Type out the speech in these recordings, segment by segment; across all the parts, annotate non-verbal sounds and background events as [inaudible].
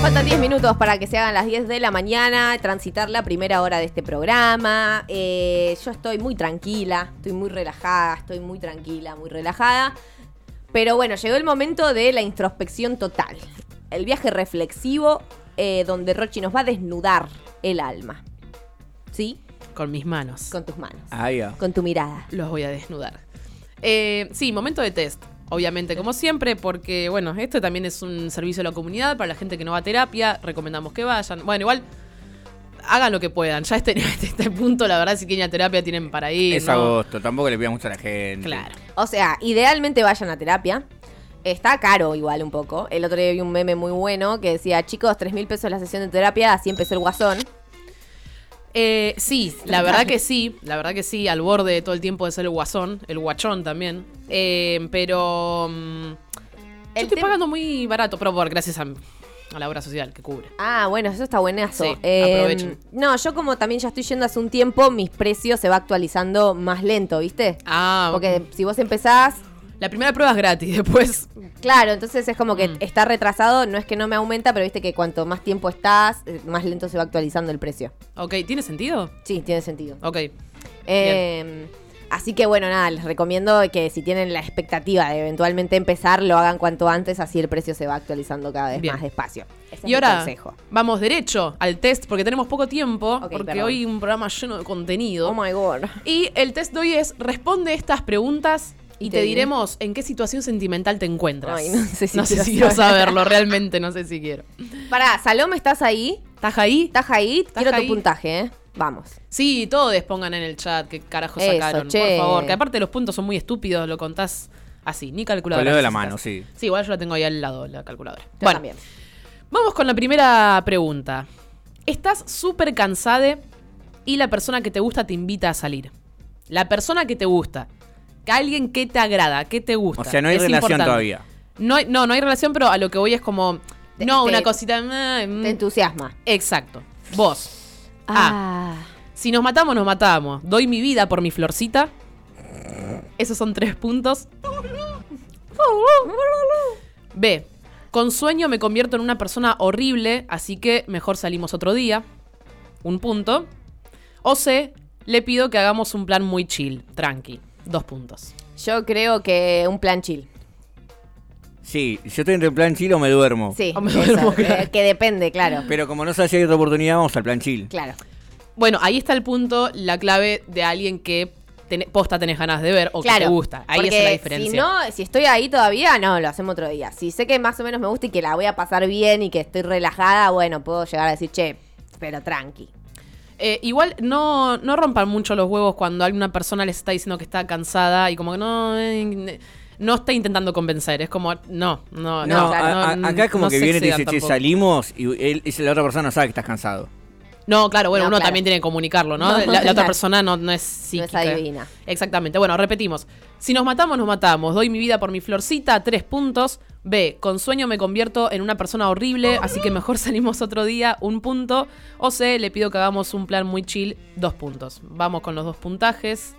Faltan 10 minutos para que se hagan las 10 de la mañana, transitar la primera hora de este programa. Eh, yo estoy muy tranquila, estoy muy relajada, estoy muy tranquila, muy relajada. Pero bueno, llegó el momento de la introspección total. El viaje reflexivo eh, donde Rochi nos va a desnudar el alma. ¿Sí? Con mis manos. Con tus manos. Ahí va. Con tu mirada. Los voy a desnudar. Eh, sí, momento de test. Obviamente, como siempre, porque bueno, esto también es un servicio a la comunidad, para la gente que no va a terapia, recomendamos que vayan. Bueno, igual, hagan lo que puedan. Ya este, [laughs] este punto, la verdad, si quieren ir a terapia, tienen para ir. Es ¿no? agosto, tampoco le pidas mucho a la gente. Claro. O sea, idealmente vayan a terapia. Está caro igual un poco. El otro día vi un meme muy bueno que decía, chicos, 3 mil pesos la sesión de terapia, así empezó el guasón. Eh, sí, la verdad que sí, la verdad que sí, al borde todo el tiempo de ser el guasón, el guachón también. Eh, pero. mm, yo El estoy tem- pagando muy barato, pero por, gracias a, a la obra social que cubre. Ah, bueno, eso está buenazo. Sí, Eh, aprovechen. No, yo como también ya estoy yendo hace un tiempo, mis precios se va actualizando más lento, ¿viste? Ah, Porque si vos empezás, la primera prueba es gratis, [laughs] después. claro, entonces es como que Mm. está retrasado, no es que no me aumenta, pero viste que cuanto más tiempo estás, eh, más lento se va actualizando el precio. Ok, ¿tiene sentido? Sí, tiene sentido. Ok. Eh, así que bueno, nada, les recomiendo que si tienen la expectativa de eventualmente empezar, lo hagan cuanto antes, así el precio se va actualizando cada vez Bien. más despacio. Ese es Y mi ahora consejo. vamos derecho al test porque tenemos poco tiempo, Ok, porque perdón. hoy un programa lleno de contenido. Oh my god. y el test de hoy es responde estas preguntas y, Y te, te diré. diremos en qué situación sentimental te encuentras. Ay, no sé si no quiero sé si quiero saber. saberlo, realmente no sé si quiero. Pará, Salom, ¿estás ahí? ¿Estás ahí? ¿Estás ahí? Quiero ahí? tu puntaje, ¿eh? Vamos. Sí, todos pongan en el chat qué carajo Eso, sacaron, che. por favor. Que aparte los puntos son muy estúpidos, lo contás así, ni calculadora. Con el dedo de la necesitas. mano, sí. Sí, igual yo la tengo ahí al lado, la calculadora. Yo bueno, también. Vamos con la primera pregunta. Estás súper cansada y la persona que te gusta te invita a salir. La persona que te gusta. Que alguien que te agrada, que te gusta. O sea, no hay Es relación importante. todavía. No, hay- no, no hay relación, pero a lo que voy es como... Te- no, te- una cosita... mm, mm. Te entusiasma. Exacto. Vos. Ah. Si nos matamos, nos matamos. Doy mi vida por mi florcita. Esos son tres puntos. B. Con sueño me convierto en una persona horrible, así que mejor salimos otro día. Un punto. O C. Le pido que hagamos un plan muy chill, tranqui. Dos puntos. Yo creo que un plan chill. Sí, yo estoy entre el plan chill o me duermo. [laughs] Sí, O me eso, duermo, eh, claro. que depende, claro. Pero como no sé si hay otra oportunidad, vamos al plan chill. Claro. Bueno, ahí está el punto, la clave de alguien que ten- posta tenés ganas de ver o claro. que te gusta. Ahí Porque es la diferencia. Si no, si estoy ahí todavía, no, lo hacemos otro día. Si sé que más o menos me gusta y que la voy a pasar bien y que estoy relajada, bueno, puedo llegar a decir, che, pero tranqui. Eh, igual no, no rompan mucho los huevos cuando alguna persona les está diciendo que está cansada y como que no. eh, no está intentando convencer. Es como, no, no, no. No, o sea, a- no, a- acá es como no que se viene y te excedan dice, che, tampoco. salimos y él, y la otra persona sabe que estás cansado. No, claro, bueno, No, uno claro. también tiene que comunicarlo, ¿no? No, la, la otra claro. persona no, no es psíquica. adivina. Exactamente. Bueno, repetimos. Si nos matamos, nos matamos. Doy mi vida por mi florcita, tres puntos. B, con sueño me convierto en una persona horrible, así que mejor [laughs] salimos otro día, un punto. O C, le pido que hagamos un plan muy chill, dos puntos. Vamos con los dos puntajes.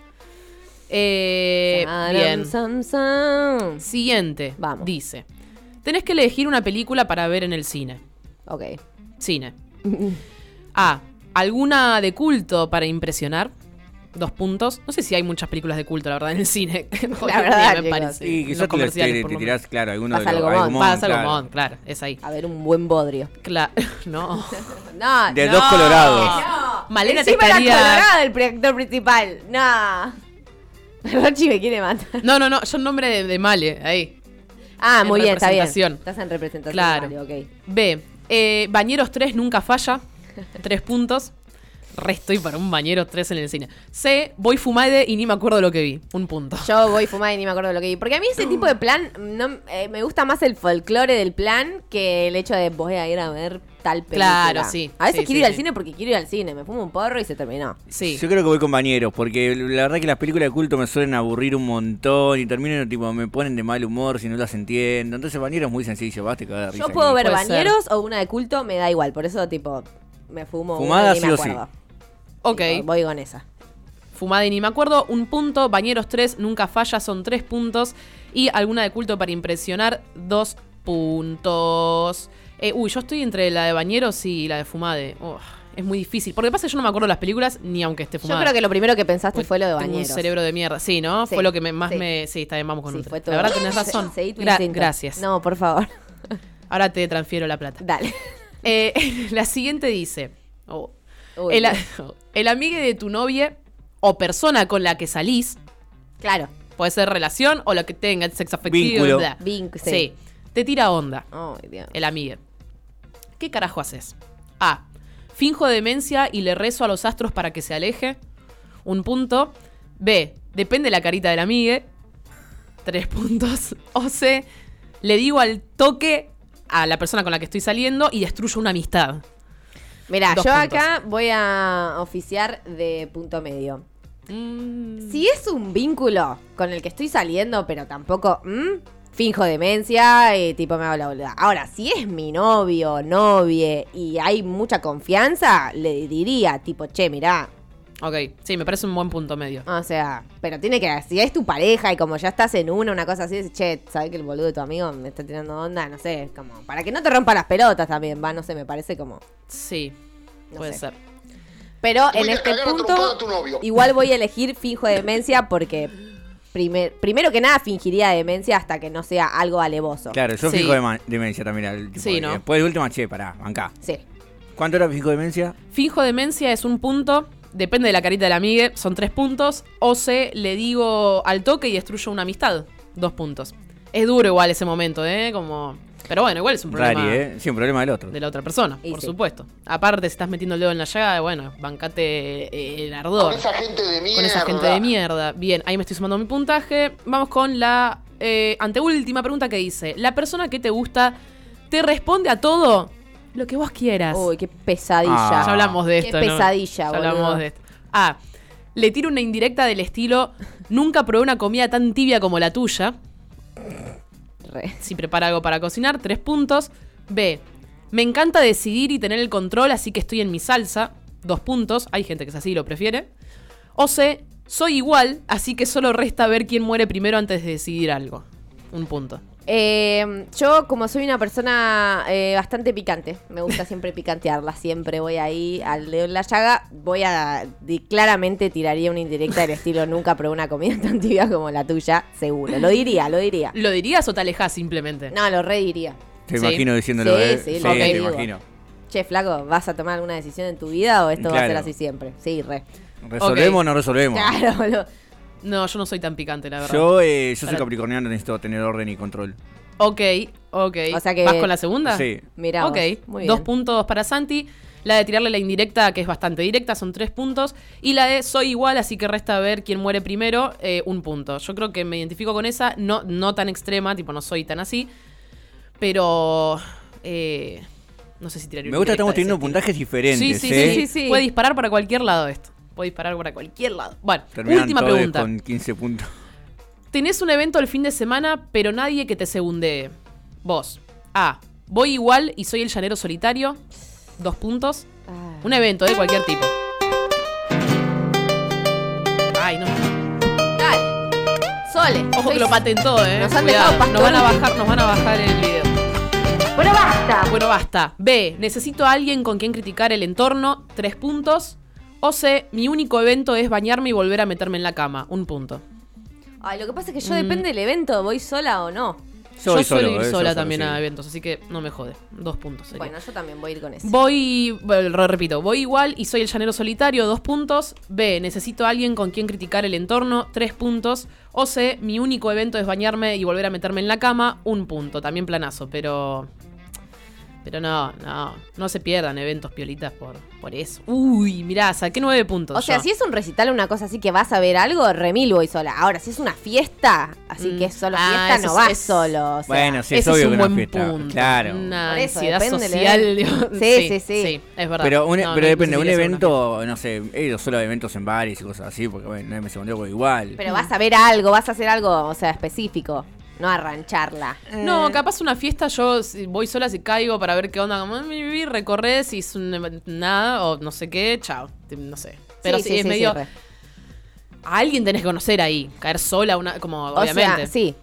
Eh, Saram, bien. sam, sam. Siguiente. Vamos. Dice, tenés que elegir una película para ver en el cine. Ok. Cine. A. ¿Alguna de culto para impresionar? Dos puntos. No sé si hay muchas películas de culto, la verdad, en el cine. [laughs] Hoy en día verdad, chicos. Sí, quizás Los te, lo- comerciales, te- por te lo tirás, claro, alguno Pasa de algo los... más. algún menos. Pasa claro. algo mon, claro, es ahí. A ver, un buen bodrio. Claro, [laughs] no. No, De no. dos colorados. No. Malena te Encima era estaría- colorada el proyector principal. No. [laughs] Rochi me quiere matar. No, no, no, yo en nombre de, de Male, ahí. Ah, En muy bien, está bien. representación. Estás en representación. Claro. vale, ok. B. eh, bañeros 3 nunca falla. Tres puntos. Resto y para un bañero 3 en el cine. C. Voy fumade y ni me acuerdo lo que vi. Un punto. Yo voy fumada y ni me acuerdo lo que vi. Porque a mí ese tipo de plan, no, eh, me gusta más el folclore del plan que el hecho de voy a ir a ver tal película. Claro, sí, A veces sí, quiero sí, ir al sí. cine porque quiero ir al cine. Me fumo un porro y se terminó. Sí. Yo creo que voy con bañeros, porque la verdad que las películas de culto me suelen aburrir un montón y terminan, tipo, me ponen de mal humor si no las entiendo. Entonces, bañeros es muy sencillo, vas, te cagas de risa Yo puedo aquí. ver Puede ser. bañeros o una de culto, me da igual. Por eso, tipo, me fumo una Fumada y ni me sí o sí. acuerdo. ok. Tipo, Voy con esa. Fumada y ni me acuerdo, un punto, Bañeros 3, nunca falla, son 3 puntos. Y alguna de culto para impresionar, 2 puntos. Eh, uy, yo estoy entre la de Bañeros y la de Fumade. Oh, es muy difícil. Porque pasa que yo no me acuerdo las películas ni aunque esté Yo fumada. creo que lo primero que pensaste Uy, fue lo de tengo bañeros. Un cerebro de mierda. Sí, ¿no? Sí, fue lo que me- más sí. me. Sí, está bien, vamos con Sí, un fue tres. todo. La verdad tenés razón. Seguí tu Gra- instinto. gracias. No, por favor. [laughs] Ahora te transfiero la plata. Dale. Eh, [laughs] la siguiente dice: oh, Uy, el, a- [laughs] el amigo de tu novia o persona con la que salís, Claro. puede ser relación o lo que tenga, sexo afectivo, Vínculo. bla. Vin- sí. Sí. Te tira onda. Ay, Dios. El amigue. ¿Qué carajo haces? A. Finjo demencia y le rezo a los astros para que se aleje. Un punto. B. Depende la carita del amigue. Tres puntos. [laughs] O C. Le digo al toque a la persona con la que estoy saliendo y destruyo una amistad. Mira, yo Dos puntos. acá voy a oficiar de punto medio. Mm. Si es un vínculo con el que estoy saliendo, pero tampoco ¿m? finjo demencia y tipo me hago la boluda. Ahora, si es mi novio, novie y hay mucha confianza, le diría tipo, che, mirá. Ok, sí, me parece un buen punto medio. O sea, pero tiene que, si es tu pareja y como ya estás en una, una cosa así, decís, che, ¿sabes que el boludo de tu amigo me está tirando onda? No sé, como, para que no te rompa las pelotas también, va, no sé, me parece como... Sí, No puede sé. ser. Pero Te en voy a este cagar a trompada a tu punto, novio. igual voy a elegir finjo de demencia porque primer- primero que nada fingiría demencia hasta que no sea algo alevoso. Claro, yo Sí. fijo de ma- demencia también. al tipo, Sí, y ¿no? Después de última, che, pará, bancá. Sí. ¿Cuánto era fijo de demencia? Finjo demencia es un punto. Depende de la carita del amigue, son tres puntos. O C, le digo al toque y destruyo una amistad. Dos puntos. Es duro igual ese momento, ¿eh? Como... Pero bueno, igual es un problema Rari, ¿eh? Sí, un problema del otro. de la otra persona, Y por sí. supuesto. Aparte, si estás metiendo el dedo en la llaga, bueno, bancate eh, el ardor. Con esa gente de mierda. Con esa gente de mierda. Bien, ahí me estoy sumando mi puntaje. Vamos con la eh, anteúltima pregunta que dice. ¿La persona que te gusta te responde a todo lo que vos quieras? Uy, qué pesadilla. Ah. Ya hablamos de Qué esto. ¿no? pesadilla, Ya boludo. hablamos de esto. Ah, le tiro una indirecta del estilo: Nunca probé una comida tan tibia como la tuya. Re. Si prepara algo para cocinar, tres puntos. B. Me encanta decidir y tener el control, así que estoy en mi salsa. Dos puntos. Hay gente que es así y lo prefiere. O C. Soy igual, así que solo resta ver quién muere primero antes de decidir algo. Un punto. Eh, yo, como soy una persona eh, bastante picante, me gusta siempre picantearla, siempre voy ahí al dedo en la llaga, voy a... di- claramente tiraría una indirecta del estilo nunca probé una comida [laughs] tan tibia como la tuya, seguro. Lo diría, lo diría. ¿Lo dirías o te alejas simplemente? No, lo rediría. Te Sí. imagino diciéndolo, Sí, ¿eh? sí, lo que te digo. imagino. Che, flaco, ¿vas a tomar alguna decisión en tu vida o esto va a ser Claro. así siempre? Sí, re. ¿Resolvemos o no resolvemos? Claro, boludo. No, yo no soy tan picante, la verdad. Yo, eh, yo soy Para- capricorniano, necesito tener orden y control. Ok, ok. O sea que- ¿Vas con la segunda? Sí. Mirá vos. ok, Muy dos bien. puntos para Santi. La de tirarle la indirecta, que es bastante directa, son tres puntos. Y la de soy igual, así que resta ver quién muere primero, eh, un punto. Yo creo que me identifico con esa, no, no tan extrema, tipo no soy tan así. Pero. eh, no sé si tiraría Me una gusta que indirecta estamos de ese teniendo estilo. puntajes diferentes, Sí, sí, ¿eh? sí, sí, sí. Puede disparar para cualquier lado esto. Puede disparar para cualquier lado. Bueno, Terminan última todos pregunta. con 15 puntos. Tenés un evento el fin de semana, pero nadie que te segundee. Vos. A. Voy igual y soy el llanero solitario. Dos puntos. Ah. Un evento de cualquier tipo. Ay, no. Dale. Sole. Ojo soy- que lo patentó, eh. Nos han Cuidado. dejado pastor. Nos van a bajar, nos van a bajar el video. Bueno, basta. Bueno, basta. B. Necesito a alguien con quien criticar el entorno. Tres puntos. O C. Mi único evento es bañarme y volver a meterme en la cama. Un punto. Ay, lo que pasa es que Mm. yo depende del evento, ¿voy sola o no? Yo suelo ir eh, sola yo solo, también sí. a eventos, así que no me jode. Dos puntos. sería. Bueno, yo también voy a ir con eso. Voy, bueno, lo repito, voy igual y soy el llanero solitario, dos puntos. B, necesito a alguien con quien criticar el entorno, tres puntos. O C, mi único evento es bañarme y volver a meterme en la cama, un punto. También planazo, pero... Pero no, no, no se pierdan eventos piolitas por, por eso. Uy, mirá, saqué nueve puntos. O sea, yo. si es un recital o una cosa así que vas a ver algo, remil voy sola. Ahora, si es una fiesta, así Mm. que es solo Ah, fiesta, eso no es- vas es- solo. o sea. Bueno, sí, es Ese obvio es un que una buen fiesta. punto. Claro. Una Por eso, ansiedad depende del social. evento. digo, Sí, sí, sí. es verdad. Pero, un- e- No, no, pero no depende, sé un si sería una fiesta. evento, no sé, eh, he ido solo a eventos en bares y cosas así, porque bueno, nadie me secundó porque igual. Pero vas a ver algo, vas a hacer algo, o sea, específico. No arrancharla. No, Eh, capaz una fiesta yo si voy sola si caigo para ver qué onda, como "Mm, viví, recorré, si es un- nada o no sé qué, chao, te- no sé. Pero sí, es medio re. a alguien tenés que conocer ahí, caer sola una como O sea, obviamente. sí.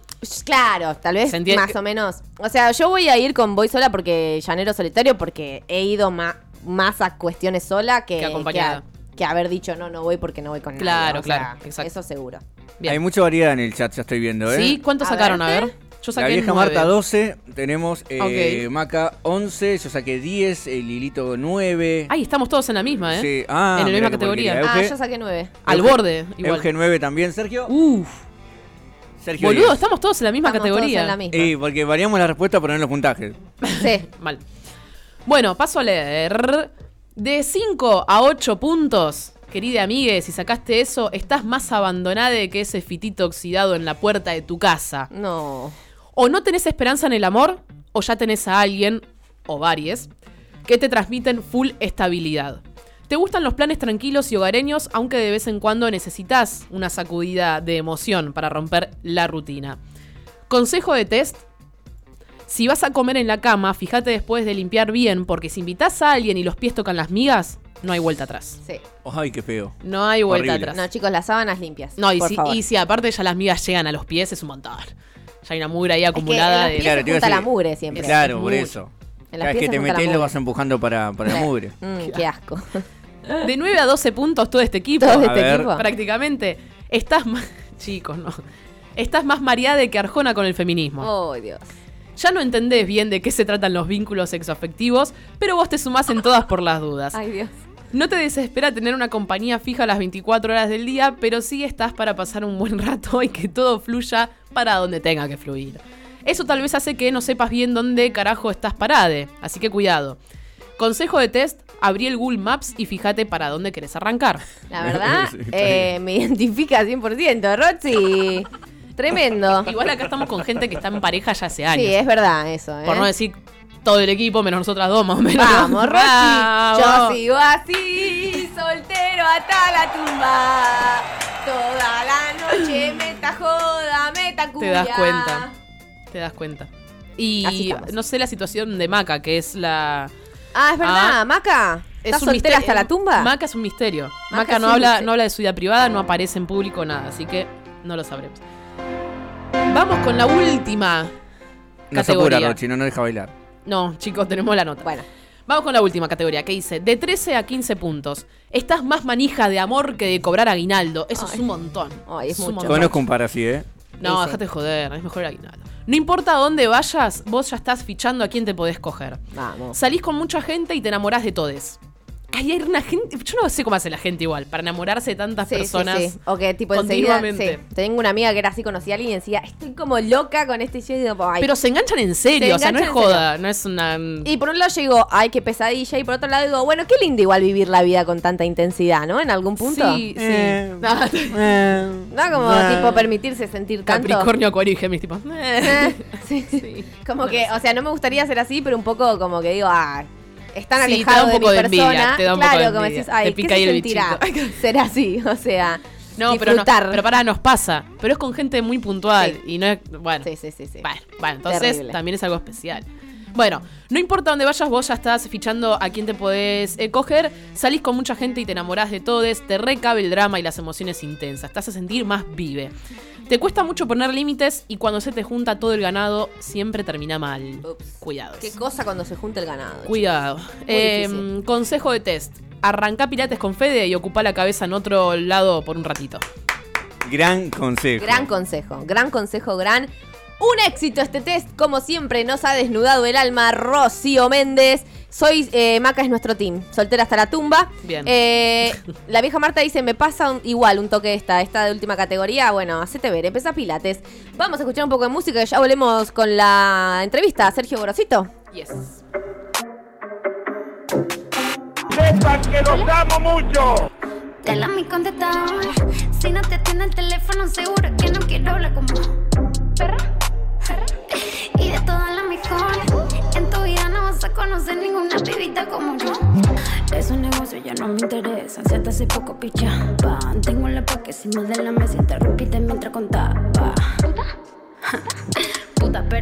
Claro, tal vez ¿Se entiende? más o menos. O sea, yo voy a ir con Voy sola porque Llanero Solitario porque he ido ma- más a cuestiones sola que, Que acompañada. que a- que haber dicho no, no voy porque no voy con nadie. Claro, O sea, claro, exacto. Eso seguro. Bien. Hay mucha variedad en el chat, ya estoy viendo, ¿eh? ¿Sí? ¿Cuántos A sacaron? ver. A ver. Yo La saqué vieja nueve. Marta 12, tenemos eh, Ok. Maca 11, yo saqué 10, el Lilito 9. Ay, estamos todos en la misma, ¿eh? Sí, en ah, la mira misma qué categoría. porquería, Ah, Euge. yo saqué nueve. Al Euge- borde, igual. Euge 9 también, Sergio. Uf. Sergio Boludo, 10. estamos todos en la misma Estamos todos categoría. en la misma. Eh, porque variamos la respuesta para poner los puntajes. Sí. Mal. Bueno, paso a leer. De 5 a 8 puntos, querida amigue, si sacaste eso, estás más abandonada que ese fitito oxidado en la puerta de tu casa. No. O no tenés esperanza en el amor, o ya tenés a alguien, o varios, que te transmiten full estabilidad. Te gustan los planes tranquilos y hogareños, aunque de vez en cuando necesitas una sacudida de emoción para romper la rutina. Consejo de test. Si vas a comer en la cama, fíjate después de limpiar bien, porque si invitas a alguien y los pies tocan las migas, no hay vuelta atrás. Sí. Ay, qué feo. No hay vuelta Horrible. atrás. No, chicos, las sábanas limpias. No, y por si, favor. y si aparte ya las migas llegan a los pies, es un montón. Ya hay una mugre ahí en acumulada. los de- pies Claro, se te iba a junta decir- la mugre siempre. Claro, por Mucho. eso. En las Cada vez que piezas te junta la metés lo mugre. vas empujando para, para la mugre. Mm, qué asco. De 9 a 12 puntos todo este equipo. Todo a este ver. equipo. Prácticamente. Estás más. Chicos, no. Estás más mareada que Arjona con el feminismo. Oh, Dios. Ya no entendés bien de qué se tratan los vínculos sexoafectivos, pero vos te sumás en todas por las dudas. Ay, Dios. No te desespera tener una compañía fija las 24 horas del día, pero sí estás para pasar un buen rato [laughs] y que todo fluya para donde tenga que fluir. Eso tal vez hace que no sepas bien dónde carajo estás parade, así que cuidado. Consejo de test, abrí el Google Maps y fíjate para dónde querés arrancar. La verdad, [laughs] Sí, está eh, me identifica 100%, Roxy. Tremendo. Igual acá estamos con gente que está en pareja ya hace años. Sí, es verdad eso, ¿eh? Por no decir todo el equipo, menos nosotras dos, más o menos. [laughs] Vamos, Roxy. Vamos. Yo sigo así, soltero hasta la tumba. Toda la noche meta joda, meta cuya. Te das cuenta. Te das cuenta. Así Y estamos. no sé la situación de Maca, que es la. Ah, es verdad, Ah. Maca. es ¿Estás un soltera misterio- hasta la tumba? Maca es un misterio. Maca Maca es no, un habla, misterio. no habla de su vida privada, no aparece en público nada, así que no lo sabremos. Vamos con la última. Nos Categoría. apura, Rochi, no nos deja bailar. No, chicos, tenemos la nota. Bueno, Vamos con la última categoría, que dice, de 13 a 15 puntos. Estás más manija de amor que de cobrar aguinaldo. Eso es Ay. un montón. Ay, es un mucho. montón. Conozco un par así, ¿eh? Sí, No, sí. déjate joder, es mejor el aguinaldo. No importa a dónde vayas, vos ya estás fichando a quién te podés coger. vamos. Salís con mucha gente y te enamorás de todes. Ay, hay una gente... Yo no sé cómo hace la gente igual, para enamorarse de tantas Sí, sí, personas. sí. O que tipo enseguida. continuamente. Sí. Tengo una amiga que era así, conocí a alguien y decía, estoy como loca con este y yo digo, ay, Pero se enganchan en serio, Se o sea, no es enganchan en serio. joda, no es una... mm, Y por un lado yo digo, ay, qué pesadilla. Y por otro lado digo, bueno, qué lindo igual vivir la vida con tanta intensidad, ¿no? En algún punto. Sí, sí. Eh. [laughs] No, No como Ah. tipo permitirse sentir tanto. Capricornio, Acuario y Géminis, tipo... Eh, [laughs] [laughs] sí. Como que, o sea, no me gustaría ser así, pero un poco como que digo, ah, están Sí, te da alejados un poco de mi de envidia, persona. te da un poco claro, de como envidia. decís, ay, Te pica ¿qué ahí se el sentirá [laughs] ser así? O sea, No, pero no, disfrutar. pero pará, nos pasa. Pero es con gente muy puntual Sí. y no es. Bueno, Sí, sí, sí, sí. bueno, bueno, entonces Terrible. también es algo especial. Bueno, no importa dónde vayas, vos ya estás fichando a quién te podés eh, coger, salís con mucha gente y te enamorás de todos, te recabe el drama y las emociones intensas, te hace sentir más vive. Te cuesta mucho poner límites y cuando se te junta todo el ganado siempre termina mal. Ups. Cuidado. Qué cosa cuando se junta el ganado. Cuidado. Eh, difícil. consejo de test. Arrancá pilates con Fede y ocupa la cabeza en otro lado por un ratito. Gran consejo. Gran consejo, gran consejo, gran. Un éxito este test, como siempre, nos ha desnudado el alma Rocío Méndez. Soy eh, Maca es nuestro team, soltera hasta la tumba. Bien. Eh, la vieja Marta dice, me pasa un- igual un toque esta, esta de última categoría. Bueno, hacete ver, empieza Pilates. Vamos a escuchar un poco de música y ya volvemos con la entrevista a Sergio Gorosito. Yes. sepan que los amo mucho. Te la mi contestador. Si no te atiende el teléfono, seguro que no quiero hablar con vos. Perra, perra. Y de todas las mejores. En tu vida no vas a conocer ninguna pibita como yo. De esos negocios ya no me interesan, se te hace poco picha. Tengo la pa' que encima de la mesa y te repite mientras contaba. [laughs] Puta, puta, pero